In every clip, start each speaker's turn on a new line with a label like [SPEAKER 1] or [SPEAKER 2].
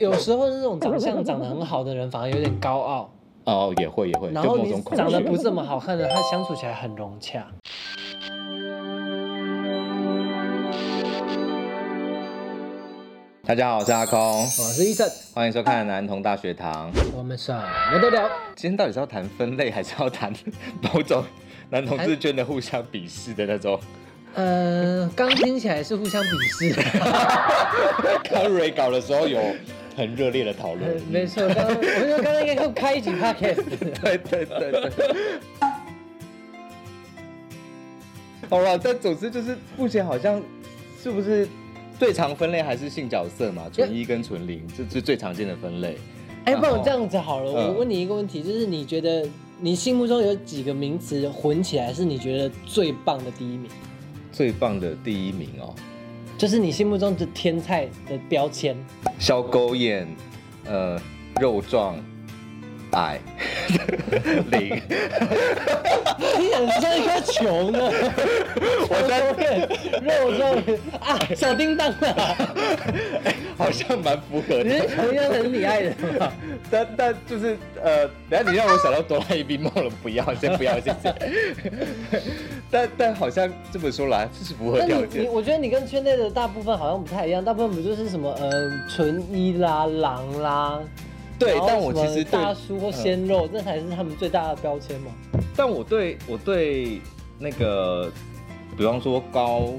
[SPEAKER 1] 有时候那种长相长得很好的人，反而有点高傲，
[SPEAKER 2] 哦，也会也会，
[SPEAKER 1] 然
[SPEAKER 2] 就
[SPEAKER 1] 后
[SPEAKER 2] 某
[SPEAKER 1] 你
[SPEAKER 2] 种恐
[SPEAKER 1] 长得
[SPEAKER 2] 惧。
[SPEAKER 1] 不这么好看的，他相处起来很融洽。
[SPEAKER 2] 大家好，我是阿空，
[SPEAKER 1] 我哦是医生，
[SPEAKER 2] 欢迎收看男童大学堂。
[SPEAKER 1] 我们什么都聊。
[SPEAKER 2] 今天到底是要谈分类，还是要谈某种男同志圈的互相鄙视的那种？
[SPEAKER 1] 呃，刚听起来是互相鄙视 的，
[SPEAKER 2] 刚蕊搞的时候有很热烈的讨论。
[SPEAKER 1] 没错。刚刚我们说刚刚应该要开一集 podcast。
[SPEAKER 2] 对对对对。好了，但总之就是目前好像是不是最常分类还是性角色嘛？纯一跟纯零，这是最常见的分类。
[SPEAKER 1] 哎，不然我这样子好了，
[SPEAKER 2] 嗯
[SPEAKER 1] 我问你一个问题，就是你觉得你心目中有几个名词混起来是你觉得最棒的第一名？
[SPEAKER 2] 最棒的第一名哦，
[SPEAKER 1] 就是你心目中的天菜的标签。
[SPEAKER 2] 小狗眼，呃，肉壮，矮， 零。
[SPEAKER 1] 你想像一颗球呢？
[SPEAKER 2] 我在
[SPEAKER 1] 肉肉啊，小叮当啊，
[SPEAKER 2] 好像蛮符合
[SPEAKER 1] 你
[SPEAKER 2] 的，
[SPEAKER 1] 是同样很可爱的嘛？
[SPEAKER 2] 但但就是呃，等下你让我想到哆啦 A 梦了，不要，先不要，谢谢。 但但好像这么说来，这是符合
[SPEAKER 1] 那
[SPEAKER 2] 条
[SPEAKER 1] 你你，
[SPEAKER 2] 件。
[SPEAKER 1] 我觉得你跟圈内的大部分好像不太一样，大部分不就是什么呃纯一啦、狼啦，
[SPEAKER 2] 对
[SPEAKER 1] 然，后
[SPEAKER 2] 但我
[SPEAKER 1] 什
[SPEAKER 2] 其
[SPEAKER 1] 么
[SPEAKER 2] 实对
[SPEAKER 1] 大，叔或鲜肉，这才是他们最大的标签嘛。
[SPEAKER 2] 但我对我对那个，比方说高，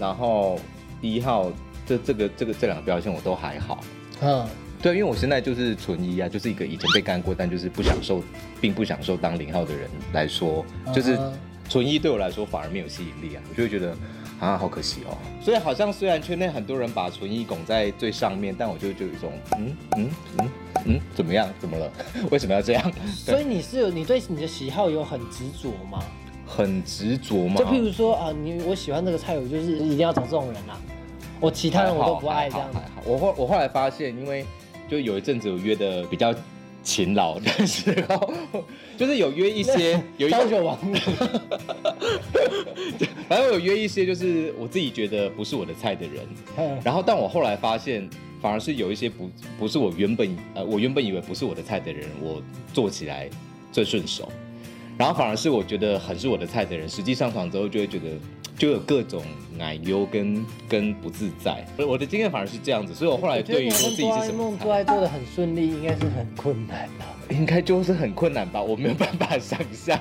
[SPEAKER 2] 然后一号，这这个这个这两个标签我都还好。
[SPEAKER 1] 嗯，
[SPEAKER 2] 对，因为我现在就是纯一啊，就是一个以前被干过，但就是不享受，并不享受当零号的人来说，就是
[SPEAKER 1] 嗯
[SPEAKER 2] 纯一对我来说反而没有吸引力啊，我就会觉得啊，好可惜哦。所以好像虽然圈内很多人把纯一拱在最上面，但我就就有一种嗯嗯嗯嗯，怎么样？怎么了？ 为什么要这样？
[SPEAKER 1] 所以你是有你对你的喜好有很执着吗？
[SPEAKER 2] 很执着吗？
[SPEAKER 1] 就譬如说啊，你我喜欢这个菜，我就是一定要找这种人啊，我其他人我都不爱这样
[SPEAKER 2] 还好。还好我后我后来发现，因为就有一阵子我约的比较勤劳的时候， 就是有约 一些有一
[SPEAKER 1] 朝九晚五，
[SPEAKER 2] 反正我有约一些就是我自己觉得不是我的菜的人，
[SPEAKER 1] 嗯
[SPEAKER 2] 然后但我后来发现，反而是有一些不不是我原本呃我原本以为不是我的菜的人，我做起来最顺手，然后反而是我觉得很是我的菜的人，实际上场之后就会觉得就有各种奶油跟跟不自在，我我的经验反而是这样子，所以我后来哎对于
[SPEAKER 1] 我
[SPEAKER 2] 我
[SPEAKER 1] 觉得
[SPEAKER 2] 自
[SPEAKER 1] 你跟哆啦
[SPEAKER 2] 己是
[SPEAKER 1] A
[SPEAKER 2] 什么
[SPEAKER 1] 梦做
[SPEAKER 2] 菜，
[SPEAKER 1] 爱做的很顺利，应该是很困难的、啊。
[SPEAKER 2] 应该就是很困难吧，我没有办法想象。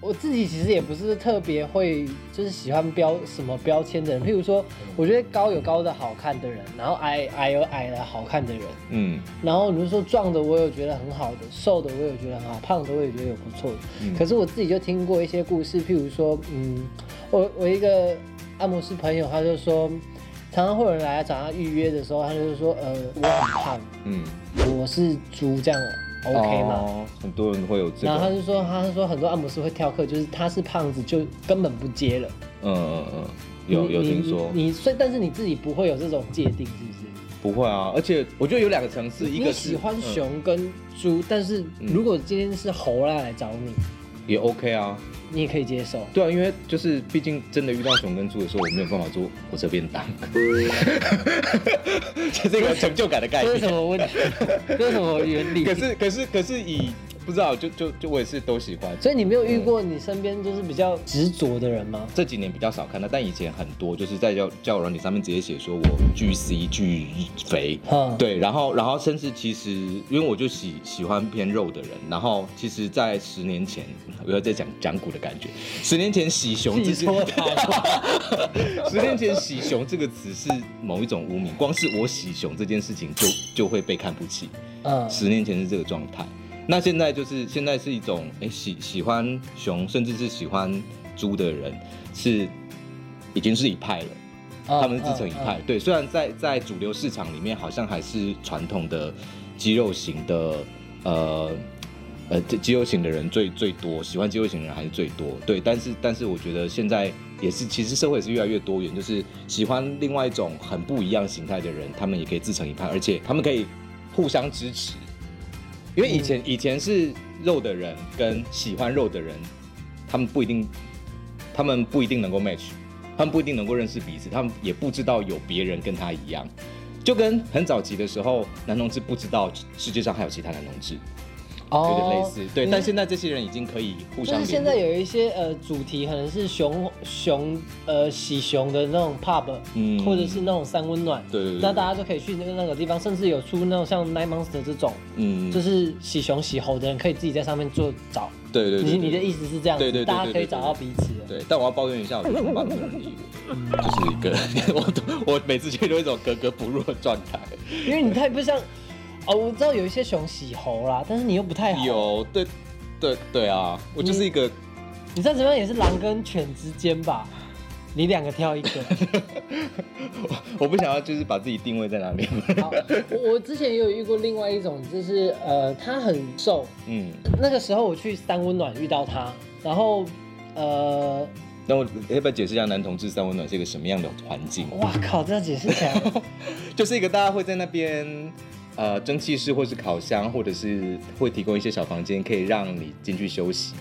[SPEAKER 1] 我自己其实也不是特别会，就是喜欢标什么标签的人。譬如说，我觉得高有高的好看的人，然后矮矮有矮的好看的人，
[SPEAKER 2] 嗯，
[SPEAKER 1] 然后你就说壮的我有觉得很好的，瘦的我有觉得很好，胖的我也觉得有不错的。
[SPEAKER 2] 嗯
[SPEAKER 1] 可是我自己就听过一些故事，譬如说，嗯，我我一个按摩师朋友，他就说，常常会有人来找他预约的时候，他就说，呃，我很胖，
[SPEAKER 2] 嗯
[SPEAKER 1] 我是猪，这样 OK 吗？
[SPEAKER 2] 哦很多人会有这
[SPEAKER 1] 然后他
[SPEAKER 2] 个，
[SPEAKER 1] 就说，他说很多按摩师会跳课，就是他是胖子就根本不接了。
[SPEAKER 2] 嗯嗯嗯，有
[SPEAKER 1] 你
[SPEAKER 2] 有
[SPEAKER 1] 你
[SPEAKER 2] 听说。
[SPEAKER 1] 你你所以但是你自己不会有这种界定，是不是？
[SPEAKER 2] 不会啊，而且我觉得有两个层次，一
[SPEAKER 1] 你
[SPEAKER 2] 个是
[SPEAKER 1] 喜欢
[SPEAKER 2] 嗯
[SPEAKER 1] 熊跟猪，但是如果今天是猴啦来找你，
[SPEAKER 2] 也 OK 啊，
[SPEAKER 1] 你也可以接受。
[SPEAKER 2] 对啊，因为就是毕竟真的遇到熊跟猪的时候，我没有办法做火车便当， 这是一个有成就感的概
[SPEAKER 1] 这是什
[SPEAKER 2] 念。
[SPEAKER 1] 么问题？ 这是什么原理？
[SPEAKER 2] 哎可是可是可是以不知道，就就就我也是都喜欢，
[SPEAKER 1] 所以你没有遇过你身边就是比较执着的人吗？
[SPEAKER 2] 这几年比较少看到，但以前很多就是在交交友软体上面直接写说我巨 C 巨肥，
[SPEAKER 1] 嗯，，
[SPEAKER 2] 对，然后然后甚至其实，因为我就喜喜欢偏肉的人，然后其实，在十年前，我要再讲讲古的感觉，十年前喜熊这
[SPEAKER 1] 自
[SPEAKER 2] 是
[SPEAKER 1] 己说的。
[SPEAKER 2] 十年前“喜熊”这个词是某一种污名，光是我喜熊这件事情就就会被看不起。
[SPEAKER 1] 嗯，
[SPEAKER 2] 十年前是这个状态，那现在就是现在是一种哎、诶喜喜欢熊，甚至是喜欢猪的人，是已经是一派了，
[SPEAKER 1] 哦嗯
[SPEAKER 2] 他们是自成一派。对，虽然在在主流市场里面，好像还是传统的肌肉型的呃。呃，这肌肉型的人最最多，喜欢肌肉型的人还是最多，对。但是，但是我觉得现在也是，其实社会也是越来越多元，就是喜欢另外一种很不一样形态的人，他们也可以自成一派，而且他们可以互相支持。因为以
[SPEAKER 1] 嗯
[SPEAKER 2] 前、以前是肉的人跟喜欢肉的人，他们不一定，他们不一定能够 match，他们不一定能够认识彼此，他们也不知道有别人跟他一样，就跟很早期的时候男同志不知道世界上还有其他男同志，
[SPEAKER 1] 嗯哦
[SPEAKER 2] 有点类似。对，
[SPEAKER 1] 你
[SPEAKER 2] 但现在这些人已经可以互
[SPEAKER 1] 就
[SPEAKER 2] 相
[SPEAKER 1] 是现
[SPEAKER 2] 联
[SPEAKER 1] 在
[SPEAKER 2] 络。
[SPEAKER 1] 有一些呃主题可能是熊熊呃喜熊的那种 pub，
[SPEAKER 2] 嗯
[SPEAKER 1] 或者是那种三温暖，
[SPEAKER 2] 对对对
[SPEAKER 1] 那大家就可以去那个那个地方，甚至有出那种像 Nine Monster 这种，
[SPEAKER 2] 嗯，
[SPEAKER 1] 就是是喜熊喜猴的人可以自己在上面做找。
[SPEAKER 2] 对对对
[SPEAKER 1] 你
[SPEAKER 2] 对
[SPEAKER 1] 你的意思是这样子，
[SPEAKER 2] 对对对对
[SPEAKER 1] 大家可以
[SPEAKER 2] 对对
[SPEAKER 1] 找到彼此。
[SPEAKER 2] 对，但我要抱怨一下，我觉得我爸没有人理我，就是
[SPEAKER 1] 嗯
[SPEAKER 2] 一个我都 我每次去都有一种格格不入的状态。
[SPEAKER 1] 因为你太不像哦，我知道有一些熊喜猴啦，但是你又不太好。
[SPEAKER 2] 有对对对啊，我就是一个
[SPEAKER 1] 你再怎么样也是狼跟犬之间吧，你两个 挑一个。
[SPEAKER 2] 我 我不想要就是把自己定位在哪里。
[SPEAKER 1] 好，我我之前也有遇过另外一种，就是呃，他很瘦，
[SPEAKER 2] 嗯，
[SPEAKER 1] 那个时候我去三温暖遇到他，然后呃，
[SPEAKER 2] 那我要不要解释一下男同志三温暖是一个什么样的环境？
[SPEAKER 1] 哇靠，这解释起来，
[SPEAKER 2] 就是一个大家会在那边。呃，蒸汽室或是烤箱，或者是会提供一些小房间，可以让你进去休息。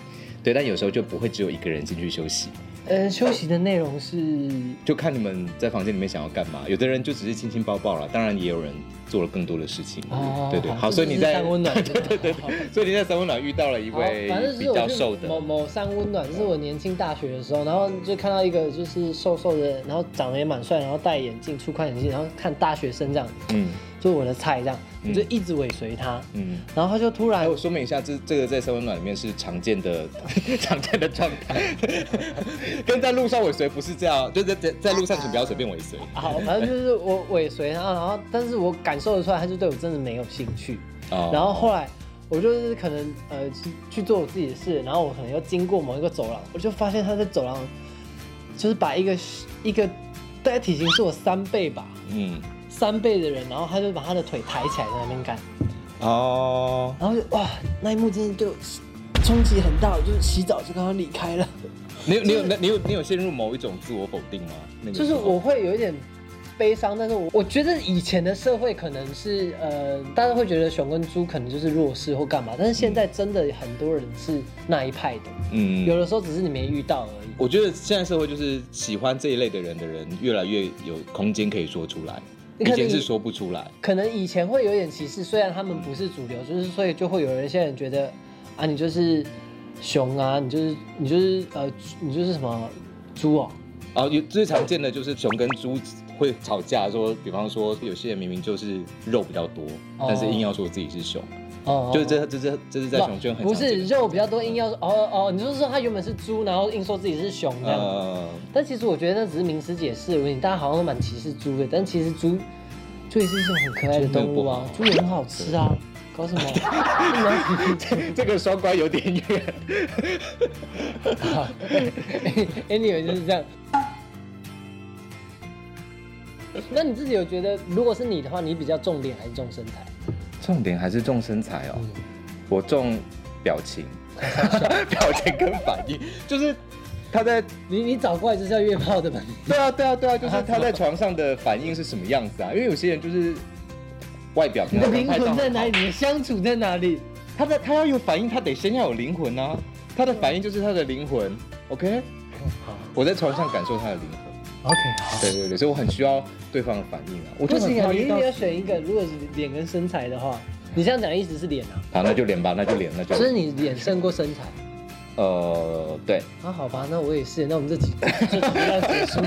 [SPEAKER 2] 对，但有时候就不会只有一个人进去休息，
[SPEAKER 1] 呃，休息的内容是
[SPEAKER 2] 就看你们在房间里面想要干嘛。有的人就只是亲亲抱抱了，当然也有人做了更多的事情。
[SPEAKER 1] 哦，
[SPEAKER 2] 对 对，好，
[SPEAKER 1] 这
[SPEAKER 2] 所以
[SPEAKER 1] 就是
[SPEAKER 2] 你在
[SPEAKER 1] 三温暖，对对对。
[SPEAKER 2] 所以你在三温暖遇到了一
[SPEAKER 1] 好
[SPEAKER 2] 位
[SPEAKER 1] 反正就
[SPEAKER 2] 比
[SPEAKER 1] 是我
[SPEAKER 2] 较
[SPEAKER 1] 去
[SPEAKER 2] 瘦的，
[SPEAKER 1] 某某三温暖，就是我年轻大学的时候，然后就看到一个就是瘦瘦的，然后长得也蛮帅，然后戴眼镜、粗框眼镜，然后看大学生这样，
[SPEAKER 2] 嗯
[SPEAKER 1] 就是我的菜这样，
[SPEAKER 2] 嗯
[SPEAKER 1] 我就一直尾随他，
[SPEAKER 2] 嗯。
[SPEAKER 1] 然后他就突
[SPEAKER 2] 还
[SPEAKER 1] 然
[SPEAKER 2] 有说明一下，这这个在三温暖里面是常见的 常见的状态， 跟在路上尾随不是这样，就在在在路上请不要随便尾随。
[SPEAKER 1] 好，反正就是我尾随他，然后但是我感受得出来，他就对我真的没有兴趣。
[SPEAKER 2] 哦
[SPEAKER 1] 然后后来我就是可能呃去去做我自己的事，然后我可能又经过某一个走廊，我就发现他在走廊就是把一个一个大概体型是我三倍吧，
[SPEAKER 2] 嗯
[SPEAKER 1] 三倍的人，然后他就把他的腿抬起来在那边干，
[SPEAKER 2] 哦，
[SPEAKER 1] 然后就哇那一幕真的对我冲击很大，我就洗澡就刚刚离开了，
[SPEAKER 2] 你有你有你有你有陷入某一种自我否定吗？那个
[SPEAKER 1] 就是
[SPEAKER 2] 时候
[SPEAKER 1] 我会有一点。悲伤，但是我我觉得以前的社会可能是呃，大家会觉得熊跟猪可能就是弱势或干嘛，但是现在真的很多人是那一派的，
[SPEAKER 2] 嗯
[SPEAKER 1] 有的时候只是你没遇到而已。
[SPEAKER 2] 我觉得现在社会就是喜欢这一类的人的人越来越有空间可以说出来，
[SPEAKER 1] 你
[SPEAKER 2] 以
[SPEAKER 1] 看
[SPEAKER 2] 前
[SPEAKER 1] 你
[SPEAKER 2] 是说不出来。
[SPEAKER 1] 可能以前会有点歧视，虽然他们不是主流，就是所以就会有人现在人觉得啊，你就是熊啊，你就是你就是呃，你就是什么猪哦，
[SPEAKER 2] 啊，有最常见的就是熊跟猪会吵架说，比方说有些人明明就是肉比较多，
[SPEAKER 1] 哦
[SPEAKER 2] 但是硬要说自己是熊，
[SPEAKER 1] 哦，
[SPEAKER 2] 就是这这这这是在熊圈很
[SPEAKER 1] 不
[SPEAKER 2] 常见
[SPEAKER 1] 是
[SPEAKER 2] 的
[SPEAKER 1] 肉比较多，硬要说哦哦，你就是说他原本是猪，然后硬说自己是熊这样。
[SPEAKER 2] 呃，
[SPEAKER 1] 但其实我觉得那只是名词解释而已，大家好像都蛮歧视猪的，但其实猪猪也是一种很可爱的动物 啊，
[SPEAKER 2] 猪
[SPEAKER 1] 猪也很好吃啊，搞 什么？
[SPEAKER 2] 这个双关有点远。
[SPEAKER 1] anyway 就是这样。那你自己有觉得，如果是你的话，你比较重脸还是重身材？
[SPEAKER 2] 重点还是重身材哦，
[SPEAKER 1] 嗯
[SPEAKER 2] 我重表 情，表情跟反应，就是他在
[SPEAKER 1] 你你找过来就是要约炮的吧？
[SPEAKER 2] 对啊对啊对啊，就是他在床上的反应是什么样子啊？因为有些人就是外表，
[SPEAKER 1] 你的灵魂在哪里？你的相处在哪里？
[SPEAKER 2] 他的他要有反应，他得先要有灵魂啊！他的反应就是他的灵魂，OK？
[SPEAKER 1] 好
[SPEAKER 2] 我在床上感受他的灵魂，
[SPEAKER 1] ，OK，好。
[SPEAKER 2] 对对对，所以我很需要对方的反应啊！我就
[SPEAKER 1] 不
[SPEAKER 2] 很
[SPEAKER 1] 行啊，
[SPEAKER 2] 怕
[SPEAKER 1] 你一
[SPEAKER 2] 遇到
[SPEAKER 1] 定要选一个。如果是脸跟身材的话，你这样讲意思是脸啊，
[SPEAKER 2] 好，那就脸吧，那就脸，那就
[SPEAKER 1] 所以
[SPEAKER 2] 脸
[SPEAKER 1] 你脸胜过身材。
[SPEAKER 2] 呃，对，
[SPEAKER 1] 啊，好吧，那我也是。那我们这 集就到这结束。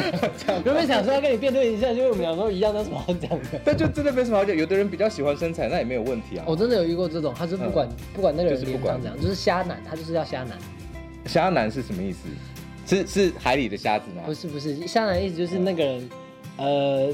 [SPEAKER 1] 原本想说要跟你辩论一下，因为我们两个都一样，那什么好讲的？
[SPEAKER 2] 但就真的没什么好讲。有的人比较喜欢身材，那也没有问题啊。
[SPEAKER 1] 我真的有遇过这种，他是不管、不管那个人
[SPEAKER 2] 就是不
[SPEAKER 1] 脸
[SPEAKER 2] 管
[SPEAKER 1] 长怎样，就是瞎男，他就是要瞎男。
[SPEAKER 2] 虾男是什么意思？是是海里的虾子吗？
[SPEAKER 1] 不是不是，瞎男意思就是那个人，呃，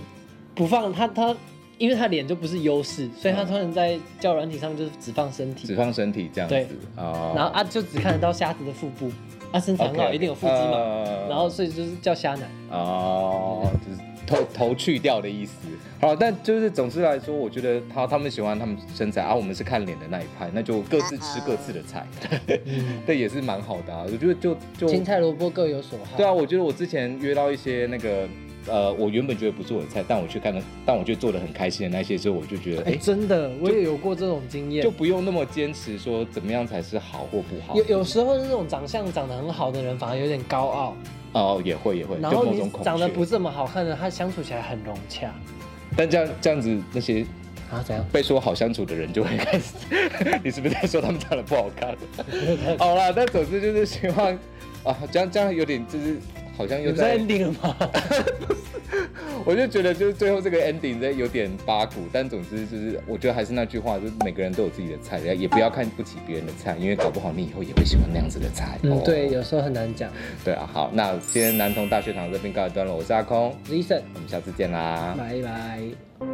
[SPEAKER 1] 不放他他，因为他脸就不是优势，所以他
[SPEAKER 2] 嗯
[SPEAKER 1] 通常在交友软体上就是只放身体，
[SPEAKER 2] 只放身体这样
[SPEAKER 1] 对
[SPEAKER 2] 子哦
[SPEAKER 1] 然后啊就只看得到瞎子的腹部，啊身材很
[SPEAKER 2] OK，
[SPEAKER 1] 好一定有腹肌嘛，
[SPEAKER 2] 呃
[SPEAKER 1] 然后所以就是叫瞎男。
[SPEAKER 2] 哦，就是头头去掉的意思。好，但就是总之来说，我觉得他他们喜欢他们身材，而、啊我们是看脸的那一派，那就各自吃各自的菜，
[SPEAKER 1] 嗯
[SPEAKER 2] 对，也是蛮好的啊。我觉得就就
[SPEAKER 1] 青菜萝卜各有所好。
[SPEAKER 2] 对啊，我觉得我之前约到一些那个呃，我原本觉得不是我的菜，但我去看了，但我却做的很开心的那些之后，我就觉得，
[SPEAKER 1] 哎、
[SPEAKER 2] 哎、
[SPEAKER 1] 真的，我也有过这种经验哦
[SPEAKER 2] 就。不用那么坚持说怎么样才是好或不好
[SPEAKER 1] 有。有时候那种长相长得很好的人反而有点高傲，
[SPEAKER 2] 哦，也会也会，
[SPEAKER 1] 然
[SPEAKER 2] 就
[SPEAKER 1] 后
[SPEAKER 2] 某
[SPEAKER 1] 你
[SPEAKER 2] 种恐
[SPEAKER 1] 长得不
[SPEAKER 2] 惧。
[SPEAKER 1] 这么好看的，他相处起来很融洽
[SPEAKER 2] 但这样这样子，那些
[SPEAKER 1] 啊？怎样？
[SPEAKER 2] 被说好相处的人就会开始， 你是不是在说他们长得不好看？ 好啦，但总之就是希望啊，这样这样有点就是好像又
[SPEAKER 1] 有在哦
[SPEAKER 2] 在，
[SPEAKER 1] ending 了 吗？
[SPEAKER 2] 我就觉得就是最后这个 ending 在有点八股，但总之就是我觉得还是那句话，就是每个人都有自己的菜，也不要看不起别人的菜，因为搞不好你以后也会喜欢那样子的菜。
[SPEAKER 1] 嗯
[SPEAKER 2] 哦，
[SPEAKER 1] 对，有时候很难讲。
[SPEAKER 2] 对啊，好，那今天南同大学堂这边告一段落，我是阿空，
[SPEAKER 1] Listen，
[SPEAKER 2] 我们下次见啦，
[SPEAKER 1] 拜拜。